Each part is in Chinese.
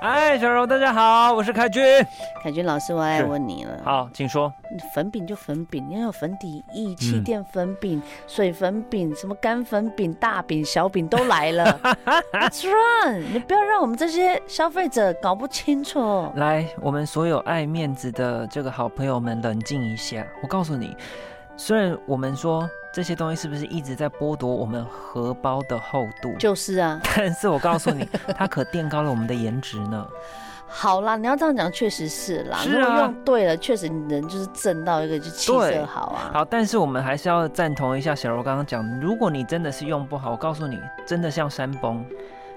哎，小柔，大家好，我是凯君。凯君老师，我爱是问你了。好，请说。粉饼就粉饼，你要有粉底嗯液、气垫粉饼、水粉饼、什么干粉饼、大饼、小饼都来 了。That's right，你不要让我们这些消费者搞不清楚。来，我们所有爱面子的这个好朋友们，冷静一下。我告诉你，虽然我们说这些东西是不是一直在剥夺我们荷包的厚度，就是啊，但是我告诉你， 它可垫高了我们的颜值呢。好啦，你要这样讲，确实是啦。是啊如果用对了，确实你人就是正到一个就气色好啊。好，但是我们还是要赞同一下小柔刚刚讲，如果你真的是用不好，我告诉你，真的像山崩，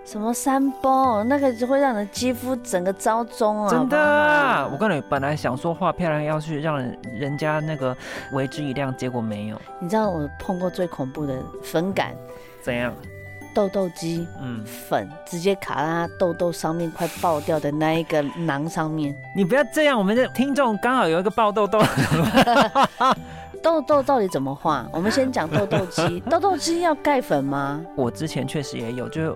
什么三包，那个就会让人肌肤整个糟棕啊。真的好啊。不我好告诉你，本来想说话漂亮要去让人人家那个为之一亮，结果没有，你知道我碰过最恐怖的粉感怎样？痘痘肌。嗯。粉直接卡在他痘痘上面快爆掉的那一个囊上面，你不要这样，我们的听众刚好有一个爆痘痘，痘痘到底怎么画？我们先讲痘痘 肌，痘痘肌要盖粉吗？我之前确实也有，就是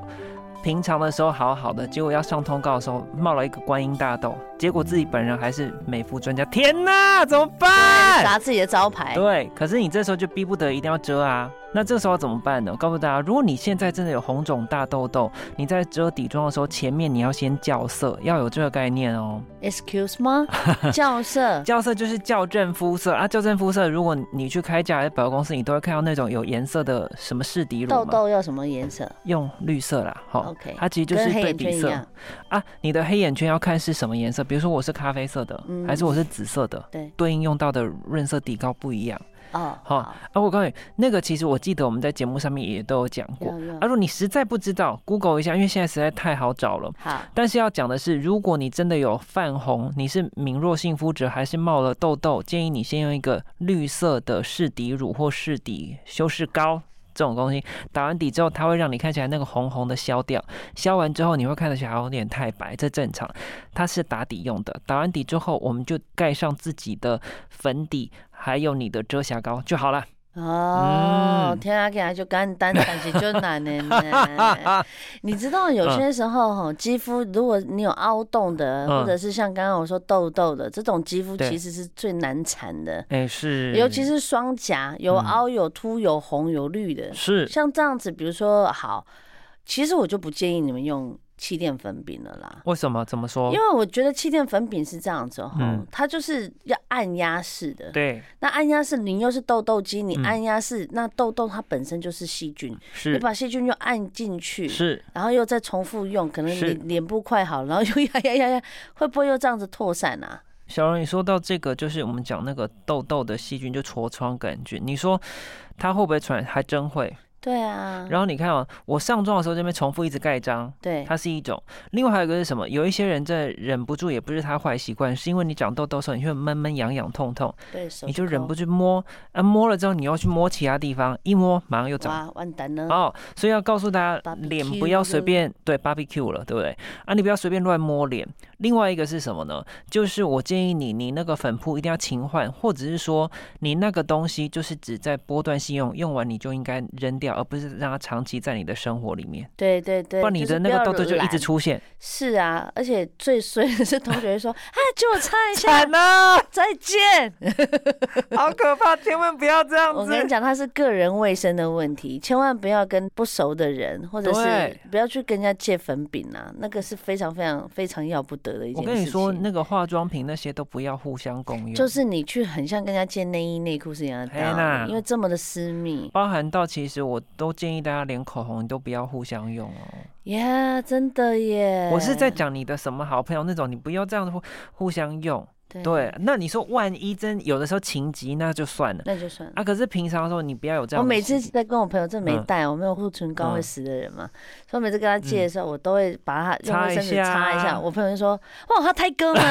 平常的时候好好的，结果要上通告的时候冒了一个观音大痘，结果自己本人还是美肤专家，天哪，怎么办？砸自己的招牌，对，可是你这时候就逼不得一定要遮啊。那这时候要怎么办呢？我告诉大家，如果你现在真的有红肿大痘痘，你在遮底妆的时候，前面你要先校色，要有这个概念哦。 ，excuse 吗？校色，校色 就是校正肤色啊，校正肤色，如果你去开价还是百货公司，你都会看到那种有颜色的什么试底乳痘嘛，痘要什么颜色用绿色啦，好？OK，它其实就跟是黑对眼比圈一色样，啊。你的黑眼圈要看是什么颜色，比如说我是咖啡色的，嗯还是我是紫色的，对，对应用到的润色底膏不一样。哦，好好，啊，我告诉你，那个其实我记得我们在节目上面也都有讲过。要要啊，如，果你实在不知道，Google 一下，因为现在实在太好找了。好，但是要讲的是，如果你真的有泛红，你是敏弱性肤质还是冒了痘痘，建议你先用一个绿色的试底乳或试底修饰膏。这种东西打完底之后，它会让你看起来那个红红的消掉，消完之后你会看得起来有点太白，这正常。它是打底用的，打完底之后我们就盖上自己的粉底，还有你的遮瑕膏就好了。哦，嗯天啊，给他就简单，但是就难的 呢。你知道有些时候哈，肌肤如果你有凹洞的，嗯或者是像刚刚我说痘痘的，这种肌肤对其实是最难缠的，哎、是，尤其是双颊有凹、有凸、有红、有绿的，嗯是像这样子，比如说好，其实我就不建议你们用气垫粉饼了啦。为什么？怎么说因？为我觉得气垫粉饼是这样子哈哦嗯，它就是要按压式的，对，那按压式，你又是痘痘肌，你嗯按压式，那痘痘它本身就是细菌，你是把细菌又按进去，是，然后又再重复用，可能是脸脸部快好，然后又呀呀呀呀，会不会又这样子扩散啊？小荣，你说到这个，就是我们讲那个痘痘的细菌，就痤疮杆菌。你说它会不会传？还真会。对啊，然后你看哦，我上妆的时候这边重复一直盖章，对，它是一种。另外还有一个是什么？有一些人在忍不住，也不是他坏习惯，是因为你长痘痘的时候，你会闷闷痒痒痛痛，对手你就忍不住住摸啊，摸了之后你又去摸其他地方，一摸马上又长。哇，完蛋了，哦，所以要告诉大家， Barbecue 脸不要随便对 barbecue 了，对不对？啊，你不要随便乱摸脸。另外一个是什么呢？就是我建议你，你那个粉扑一定要勤换，或者是说你那个东西就是只在波段性用，用完你就应该扔掉，而不是让它长期在你的生活里面，对对对，不然你就是的不那个要痘痘就一直懒。出现。是啊，而且最衰的是同学会 说，哎，借我擦一下惨，了，再见。好可怕！千万不要这样我跟你子。讲，它是个人卫生的问题，千万不要跟不熟的人，或者是对不要去跟人家借粉饼啊，那个是非常非常非常要不得的一我件事情。跟你说，那个化妆品那些都不要互相共用，就是你去很像跟人家借内衣内裤是一样的嘿道啦理，因为这么的私密。包含到其实我都建议大家连口红你都不要互相用哦。呀、真的耶！嗯我是在讲你的什么好朋友那种，你不要这样互互相用。对，对，那你说万一真有的时候情急，那就算了那就算了。啊。可是平常的时候你不要有这样我的情。每次在跟我朋友，这没嗯带，我没有护唇膏会嗯死的人嘛，所以我每次跟他借的时候，我都会把它用擦卫一生纸擦一下下。我朋友就说：“哇，他胎哥吗？”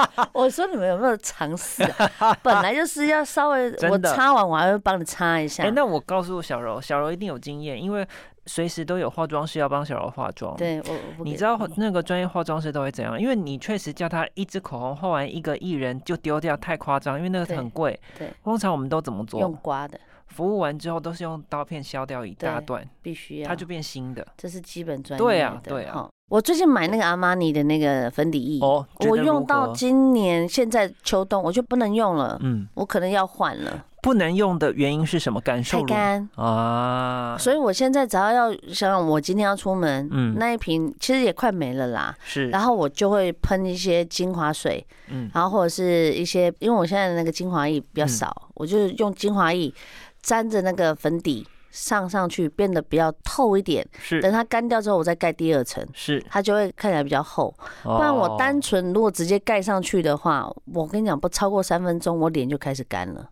我说：“你们有没有尝试 啊？本来就是要稍微，真我的擦完我还会帮你擦一下哎、。那我告诉小柔，小柔一定有经验，因为随时都有化妆师要帮小柔化妆。。对，我我不你给知道那个专业化妆师都会怎样？因为你确实叫他一支口红画完一个艺人就丢掉，太夸张，因为那个对很贵。对，通常我们都怎么用做？刮的服务完之后都是用刀片削掉一大对段，必须要，它就变新的。这是基本专业的。对啊对啊齁我最近买那个阿玛尼的那个粉底液，哦，觉我得用如到何今年现在秋冬我就不能用了，嗯，我可能要换了，不能用的原因是什么？感受太如干。啊，所以我现在只要要想想我今天要出门，嗯那一瓶其实也快没了啦。是然后我就会喷一些精华水，嗯然后或者是一些，因为我现在的那个精华液比较少，我就用精华液沾着那个粉底上上去，变得比较透一点。是等它干掉之后，我再盖第二层，是，它就会看起来比较厚。不然我单哦纯如果直接盖上去的话，我跟你讲，不超过三分钟，我脸就开始干了。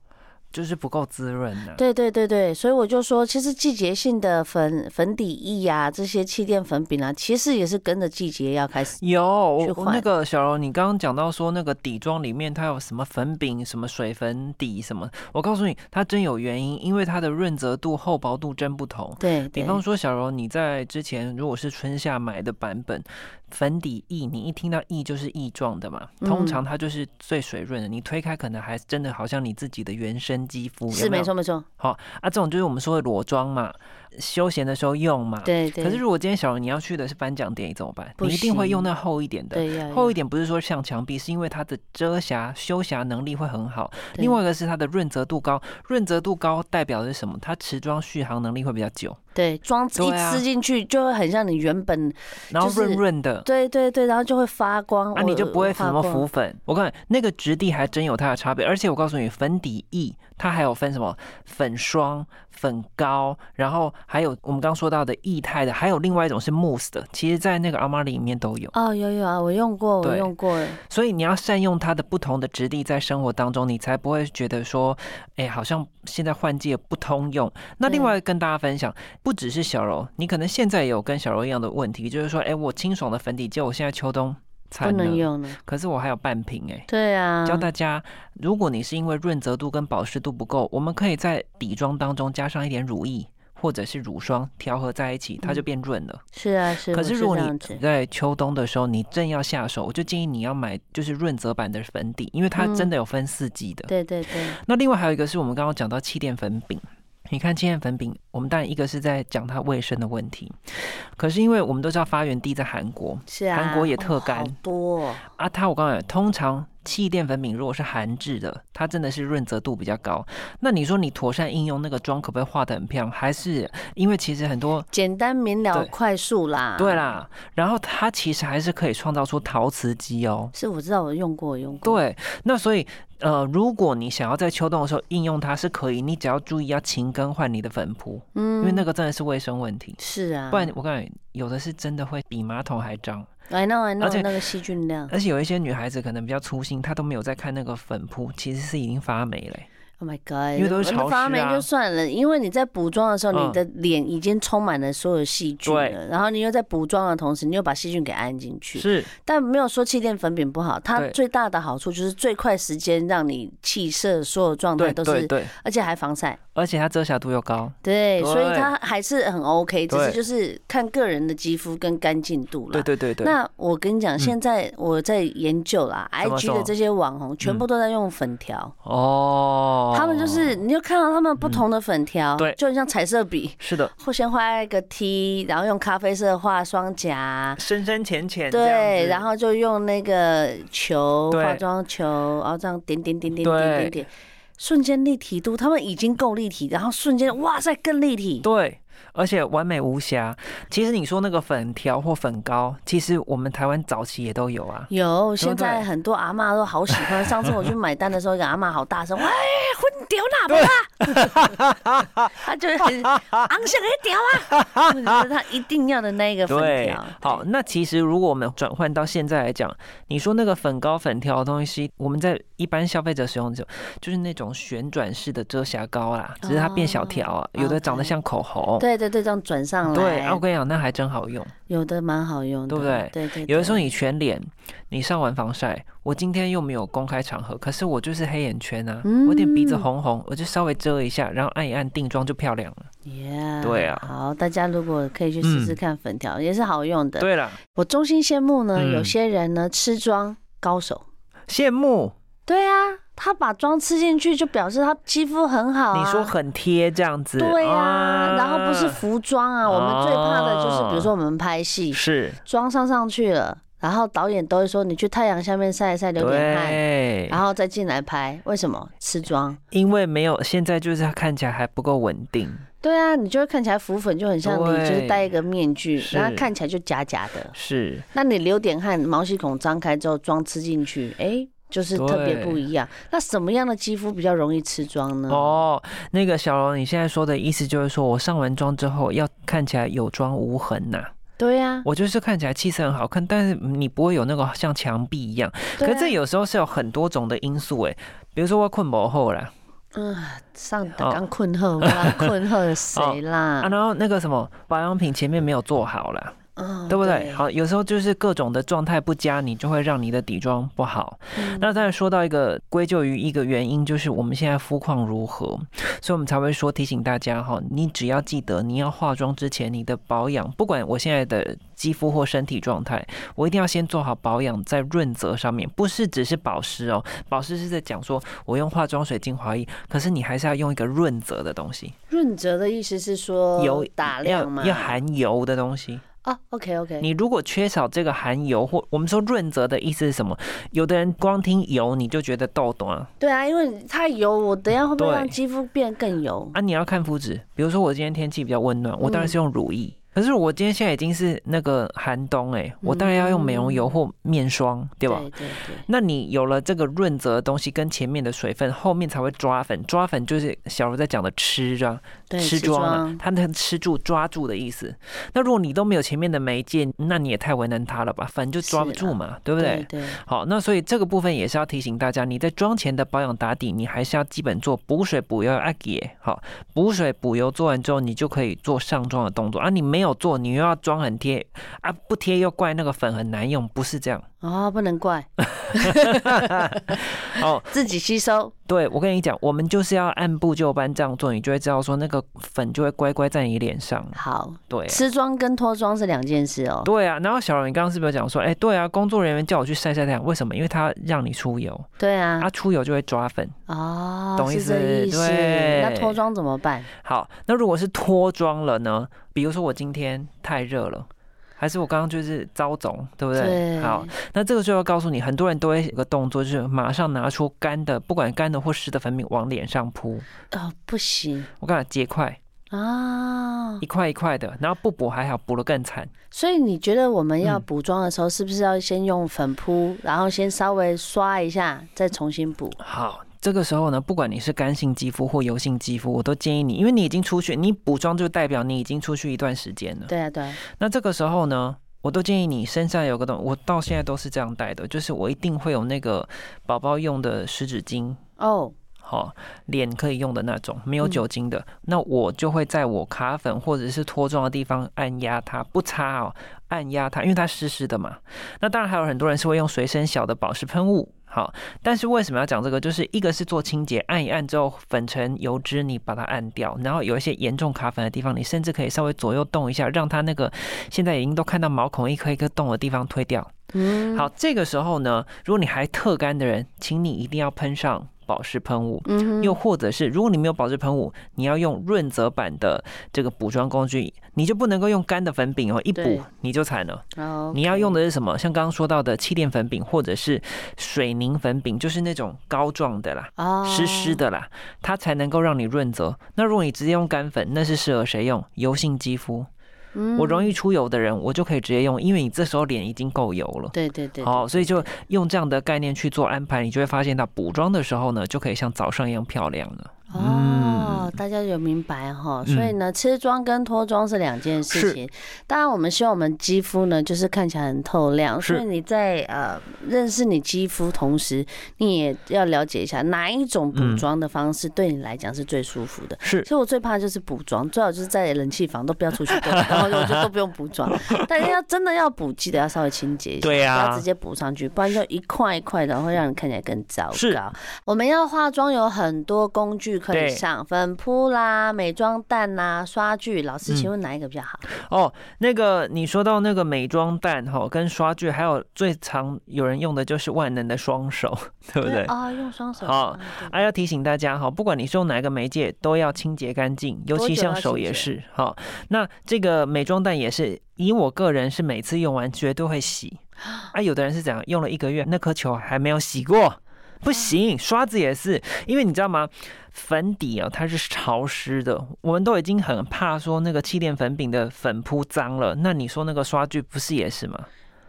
就是不够滋润啊呐。对对对对，所以我就说，其实季节性的粉粉底液呀、这些气垫粉饼啊，其实也是跟着季节要开始。有我去我换那个小柔，你刚刚讲到说那个底妆里面它有什么粉饼、什么水粉底什么，我告诉你，它真有原因，因为它的润泽度、厚薄度真不同。对，比对方说，小柔，你在之前如果是春夏买的版本粉底液，你一听到液就是液状的嘛，通嗯常它就是最水润的，你推开可能还真的好像你自己的原生肌肤，有是没没有错没错，啊，这种就是我们说的裸妆嘛，休闲的时候用嘛。。对对。可是如果今天小柔你要去的是颁奖典礼怎么办？不你一定会用行那厚一点的。对要厚一要点不是说像墙壁，是因为它的遮瑕、修瑕能力会很好。对另外一个是它的润泽度高，润泽度高代表的是什么？它持妆续航能力会比较久，对妆一对啊吃进去就会很像你原本，然后就是润润的。对对对，然后就会发光，啊，你就我不会我发什么光浮粉。我告诉你，那个质地还真有它的差别。而且我告诉你，粉底液它还有分什么粉霜、粉膏，然后还有我们刚说到的液态的，还有另外一种是 mousse 的。其实，在那个阿玛里里面都有。哦，有有啊，我用过，我对用过，所以你要善用它的不同的质地，在生活当中，你才不会觉得说，哎、好像现在换季了不通用。那对另外跟大家分享，不只是小柔，你可能现在也有跟小柔一样的问题，就是说，哎、我清爽的粉底，结果我现在秋冬不惨能了，用了。可是我还有半瓶哎、对啊，教大家，如果你是因为润泽度跟保湿度不够，我们可以在底妆当中加上一点乳液或者是乳霜调和在一起，它就嗯变润了。是啊是，可我是是如果这你样子在秋冬的时候，你正要下手，我就建议你要买就是润泽版的粉底，因为它嗯真的有分四季的。对对对，那另外还有一个是我们刚刚讲到气垫粉饼。你看气垫粉饼，我们当然一个是在讲它卫生的问题，可是因为我们都知道发源地在韩国是啊，韩国也哦特好干多哦，啊，它我刚才通常气垫粉饼如果是韩制的，它真的是润泽度比较高。那你说你妥善应用那个妆，可不可以画的很漂亮？还是因为其实很多简单明了，对快速啦。对，啦，然后它其实还是可以创造出陶瓷肌哦。是我知道，我用过，我用过。对，那所以呃，如果你想要在秋冬的时候应用它是可以，你只要注意要勤更换你的粉扑，嗯因为那个真的是卫生问题。是啊，不然我告诉你，有的是真的会比马桶还脏， I know I 而 know 且那个细菌量而且有一些女孩子可能比较粗心，她都没有在看那个粉扑，其实是已经发霉了欸、 ，Oh my God，因为都是我潮湿发霉啊就算了，因为你在补妆的时候，嗯你的脸已经充满了所有细菌对了，然后你又在补妆的同时，你又把细菌给按进去。是，但没有说气垫粉饼不好，它对最大的好处就是最快时间让你气色所有状态对都对是，对，而且还防晒。而且它遮瑕度又高。对，对所以它还是很 OK，只对是就是看个人的肌肤跟干净度对啦。对对对，那我跟你讲，现在我在研究啦怎么，IG 的说这些网红全部都在用粉条，哦，嗯他们就是你就看到他们不同的粉条，对就很像彩色笔，是的，或先画一个 T，然后用咖啡色画双颊，深深浅浅这样对，子然后就用那个球对化妆球，然后这样点点点点对点点点，瞬间立体度，他们已经够立体，然后瞬间哇塞更立体，对，而且完美无瑕。其实你说那个粉条或粉膏，其实我们台湾早期也都有啊。有，对现不对在很多阿嬷都好喜欢。上次我去买单的时候，一个阿嬷好大 声，喂，混屌哪不啦？ 她就是很昂向一屌啊，我觉得她一定要的那一个粉对条。，好，那其实如果我们转换到现在来讲，你说那个粉膏、粉条的东西，我们在一般消费者使用的时候，就是那种旋转式的遮瑕膏啦，只是它变小条啊，哦有的长得 OK 像口红。对对对，这样转上哦对，来啊我，跟你讲，那还真好用。有的蛮好用的，对不对对对，有的时候对你全脸，你上完防晒，我今天又没有公开场合，可是我就是黑眼圈啊，我有点鼻子嗯红红，我就稍微遮一下，然后按一按定妆就漂亮了。 Yeah，对啊好，大家如果可以去试试嗯看粉条，也是好用的。对了，我衷心羡慕呢，嗯有些人呢吃妆高手，羡慕对啊，他把妆吃进去就表示他肌肤很好啊。你说很贴这样子，对啊，然后不是服装啊，我们最怕的就是，比如说我们拍戏，是，妆上上去了，然后导演都会说你去太阳下面晒一晒，流点汗，对，然后再进来拍。为什么？吃妆。因为没有现在就是它看起来还不够稳定，对啊，你就会看起来浮粉就很像你对就是戴一个面具，是然后看起来就假假的。是那你流点汗，毛细孔张开之后，妆吃进去，哎，就是特别不一样。那什么样的肌肤比较容易吃妆呢？哦。那个小龙，你现在说的意思就是说我上完妆之后要看起来有妆无痕呐、对啊呀、我就是看起来气色很好看，但是你不会有那个像墙壁一样。对啊可是这有时候是有很多种的因素诶，欸比如说我困魔后啦，嗯，上刚困后，刚困 后谁啦？啊，然后那个什么保养品前面没有做好啦，嗯，对不对？，好，有时候就是各种的状态不佳，你就会让你的底妆不好。嗯那当然说到一个归咎于一个原因，就是我们现在肤况如何，所以我们才会说提醒大家哈，你只要记得你要化妆之前你的保养，不管我现在的肌肤或身体状态，我一定要先做好保养，在润泽上面，不是只是保湿哦，保湿是在讲说我用化妆水、精华液，可是你还是要用一个润泽的东西，润泽的意思是说油打要亮嘛？要含油的东西。啊？OK OK，你如果缺少这个含油，或我们说润泽的意思是什么？有的人光听油你就觉得痘痘啊，对啊，因为太油，我等一下会不会对让肌肤变更油？啊，你要看肤质。比如说我今天天气比较温暖，我当然嗯是用乳液。可是我今天现在已经是那个寒冬哎、我当然要用美容油或面霜，对吧？嗯对对对，那你有了这个润泽的东西，跟前面的水分，后面才会抓粉。抓粉就是小柔在讲的吃啊，对吃妆啊，它能吃住、抓住的意思。那如果你都没有前面的媒介，那你也太为难他了吧？反正就是抓不啦住嘛，对不对对，好，那所以这个部分也是要提醒大家，你在妆前的保养打底，你还是要基本做补水补油啊给好，补水补油做完之后，你就可以做上妆的动作啊。你没有做，你又要妆很贴啊，不贴又怪那个粉很难用，不是这样哦，不能怪哦。自己吸收，对我跟你讲，我们就是要按部就班这样做，你就会知道说那个粉就会乖乖在你脸上。好，对啊、吃妆跟脱妆是两件事哦。对啊。然后小荣，你刚刚是不是有讲说，哎，对啊，工作人员叫我去晒晒太阳，为什么？因为他让你出油，对啊啊，，出油就会抓粉。哦，啊懂意是这思意思。对那脱妆怎么办？好，那如果是脱妆了呢？比如说我今天太热了。还是我刚刚就是遭肿，对不对？好，，那这个就要告诉你，很多人都会有个动作，就是马上拿出干的，不管干的或湿的粉饼往脸上扑。哦，不行我跟你讲，结块，啊一。块一块的，然后不补还好，补的更惨。所以你觉得我们要嗯补妆的时候，是不是要先用粉扑，然后先稍微刷一下，再重新补？好，这个时候呢，不管你是干性肌肤或油性肌肤，我都建议你，因为你已经出去，你补妆就代表你已经出去一段时间了。对啊，对啊，那这个时候呢，我都建议你身上有个东我到现在都是这样带的，就是我一定会有那个宝宝用的湿纸巾。哦，好、脸可以用的那种，没有酒精的，那我就会在我卡粉或者是脱妆的地方按压它，不擦哦，按压它，因为它湿湿的嘛。那当然还有很多人是会用随身小的保湿喷雾，好，但是为什么要讲这个？就是一个是做清洁，按一按之后粉尘油脂你把它按掉，然后有一些严重卡粉的地方，你甚至可以稍微左右动一下，让它那个现在已经都看到毛孔一颗一颗洞的地方推掉。嗯，好，这个时候呢，如果你还特干的人，请你一定要喷上保湿喷雾。嗯哼，又或者是，如果你没有保湿喷雾，你要用润泽版的这个补妆工具，你就不能够用干的粉饼哦，一对补你就惨了。哦你要用的是什么？像刚刚说到的气垫粉饼，或者是水凝粉饼，就是那种膏状的啦，哦湿湿的啦，它才能够让你润泽。那如果你直接用干粉，那是适合谁用？油性肌肤，嗯我容易出油的人，我就可以直接用，因为你这时候脸已经够油了。对对对，好、所以就用这样的概念去做安排，你就会发现到补妆的时候呢，就可以像早上一样漂亮了。嗯哦，大家有明白哈，所以呢，吃妆跟脱妆是两件事是情。当然，我们希望我们肌肤呢，就是看起来很透亮。所是以你在呃认识你肌肤同时，你也要了解一下哪一种补嗯妆的方式对你来讲是最舒服的。是其实我最怕就是补妆，最好就是在冷气房都不要出去动，然后我就都不用补妆。但要真的要补，记得要稍微清洁一下，对啊不要直接补上去，不然就一块一块的，会让你看起来更糟是糕。我们要化妆有很多工具可以对上，粉扑啦、美妆蛋啦、刷具。老师，嗯请问哪一个比较好？哦，那个你说到那个美妆蛋哈、跟刷具，还有最常有人用的就是万能的双手，对不对？啊，用双手。好啊，对啊，要提醒大家哈，不管你是用哪一个媒介，都要清洁干净，尤多其久像要手清洁也是哈。那这个美妆蛋也是，以我个人是每次用完绝对 会洗。啊，有的人是怎样，用了一个月，那颗球还没有洗过，不啊行。刷子也是，因为你知道吗？粉底啊，它是潮湿的，我们都已经很怕说那个气垫粉饼的粉扑脏了，那你说那个刷具不是也是吗？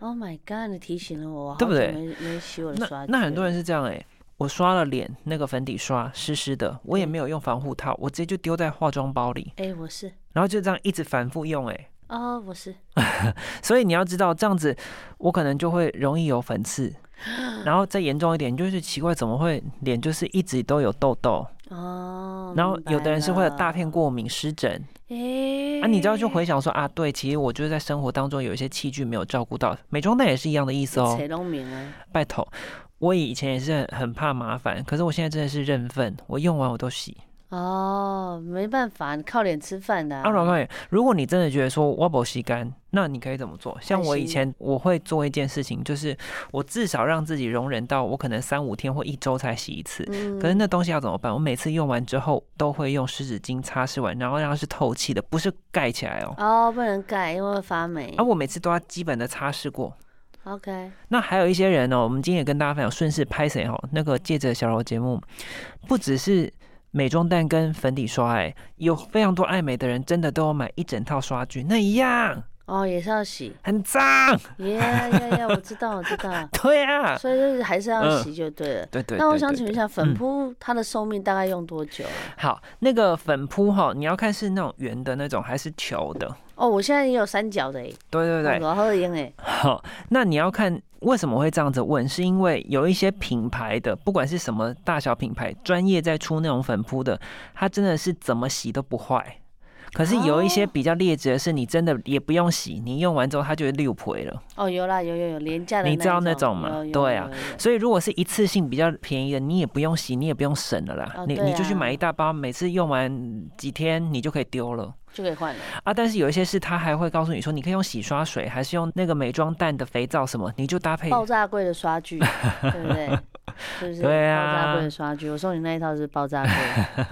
Oh my god！你提醒了我，我对不好久对没没洗我的那刷具那很多了人是这样哎、我刷了脸，那个粉底刷湿湿的，我也对没有用防护套，我直接就丢在化妆包里，哎，我是然后就这样一直反复用哎、哦，我是所以你要知道，这样子我可能就会容易有 粉刺，然后再严重一点，就是奇怪怎么会脸就是一直都有痘痘，哦。然后明白有的人是会有大片了过敏、湿疹哎啊，你知道就回想说啊，对，其实我就是在生活当中有一些器具没有照顾到，美妆蛋也是一样的意思哦。谁拢明啊？拜托，我以前也是很很怕麻烦，可是我现在真的是认份，我用完我都洗。哦，没办法，你靠脸吃饭的、啊，老板，如果你真的觉得说我不吸干，那你可以怎么做？像我以前我会做一件事情，就是我至少让自己容忍到我可能三五天或一周才洗一次。嗯可是那东西要怎么办？我每次用完之后都会用湿纸巾擦拭完，然后让它是透气的，不是盖起来哦。哦，不能盖，因为会发霉。啊，我每次都要基本的擦拭过。 OK，那还有一些人哦，我们今天也跟大家分享，顺势拍谁哦，那个借着小柔节目，不只是美妆蛋跟粉底刷、哎，有非常多爱美的人真的都有买一整套刷具，那一样哦，也是要洗。很脏，，耶耶耶，我知道，我知道对 啊，所以就是还是要洗就对了。对对对那我想请问对嗯一下，粉扑它的寿命大概用多久啊？好，那个粉扑哈，你要看是那种圆的那种还是球的，哦，我现在也有三角的耶，欸对对对，然后用哎，好，那你要看为什么会这样子问，是因为有一些品牌的，不管是什么大小品牌，专业在出那种粉扑的，它真的是怎么洗都不坏。可是有一些哦比较劣质的是，你真的也不用洗，你用完之后它就会六赔了。哦，有啦，有有有廉价的，你知道那种吗有有对啊有有有所以如果是一次性比较便宜的，你也不用洗，你也不用省了啦。哦你对你就去啊买一大包，每次用完几天你就可以丢了就可以换了。啊。但是有一些是它还会告诉你说，你可以用洗刷水，还是用那个美妆蛋的肥皂什么，你就搭配爆炸柜的刷 具，对不对？是不是？对啊爆炸柜的刷具，我送你那一套是爆炸 柜。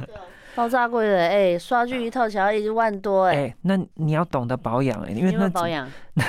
爆炸柜的，哎、刷具一套只要一万多、哎、哎、那你要懂得保养、哎，因你为有没那有保养？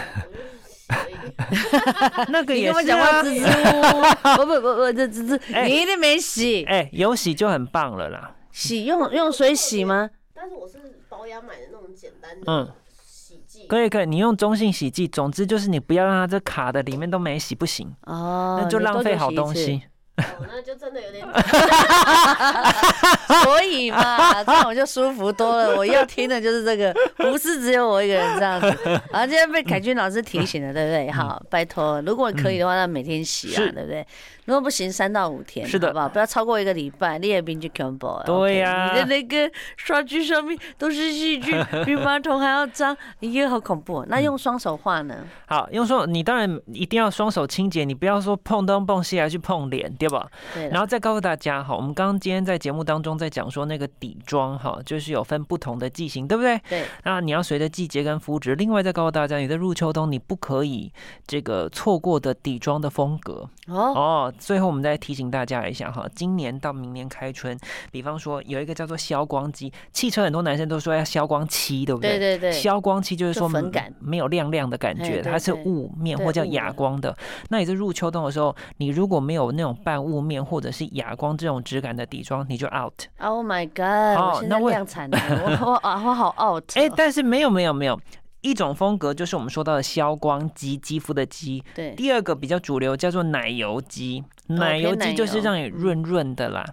那个你也跟我是讲话啊，支支 吾吾，不不不不，这这这，哎你一定没洗，哎、有洗就很棒了啦。洗用用水洗吗？但是我是保养买的那种简单嗯的洗剂， 可以可以，你用中性洗剂，总之就是你不要让它这卡的里面都没洗，不行，哦，那就你多浪久费好洗一东次。西。哦，那就真的有点久。 所以嘛，这样我就舒服多了。我要听的就是这个，不是只有我一个人这样子。 然后今天被凯君老师提醒了，对不对？嗯好，拜托，如果可以的话，那每天洗啊，是对不对？如果不行，三到五天，嗯是的好不好？不要超过一个礼拜，你也病就 combo。对呀啊你的那个刷具上面都是细菌，比马桶还要脏，你也好恐怖。啊那用双手画呢？好，用说你当然一定要双手清洁，你不要说碰东碰西还去碰脸，对吧？对然了，后再告诉大家哈，我们刚刚今天在节目当中在讲说那个底妆哈，就是有分不同的剂型，对不对？对。那你要随着季节跟肤质，另外再告诉大家，你在入秋冬你不可以这个错过的底妆的风格哦，哦。最后我们再提醒大家一下哈，今年到明年开春，比方说有一个叫做消光肌，汽车很多男生都说要消光漆，对不对对对，消光漆就是就说粉感没有亮亮的感哎觉，对它是对雾面对或叫雾哑面光的。那你在入秋冬的时候，你如果没有那种半雾面或者是哑光这种质感的底妆，你就 out。 Oh my 哦 god！我现在那我量产了，我我啊，我好 out 哦。 哎、但是没有没有没有，一种风格就是我们说到的消光肌，肌肤的肌。对，第二个比较主流叫做奶油肌，哦奶偏油奶肌就是油让你嗯润润的啦、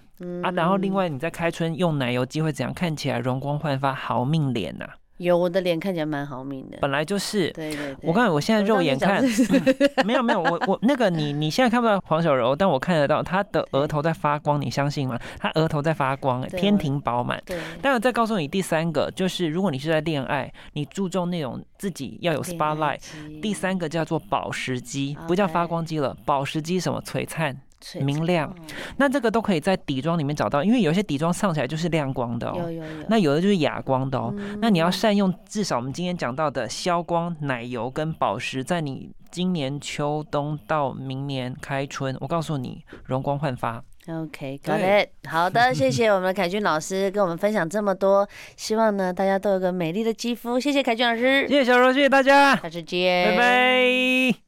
啊。然后另嗯外你在开春用奶油肌会怎样？看起来容光焕发，好命脸呐、有我的脸看起来蛮好命的。本来就是。对对对，我看我现在我知道肉你眼讲看 这，是没有没有，我我那个你你现在看不到黄小柔，但我看得到她的额头在发光，你相信吗？她额头在发光、哎对天庭饱满。对但我再告诉你第三个，就是如果你是在恋爱，你注重那种自己要有 spotlight。第三个叫做保时肌，不叫发 OK 光肌了，保时肌什么璀璨，明亮亮，那这个都可以在底妆里面找到，因为有些底妆上起来就是亮光的有哦，有有。那有的就是哑光的哦。嗯那你要善用至少我们今天讲到的消光、奶油跟保湿，在你今年秋冬到明年开春，我告诉你，容光焕发。 OK，got、对 it。好的，谢谢我们的凯俊老师跟我们分享这么多，希望呢大家都有个美丽的肌肤。谢谢凯俊老师，哎谢谢小柔，谢谢大家，下次见，拜拜。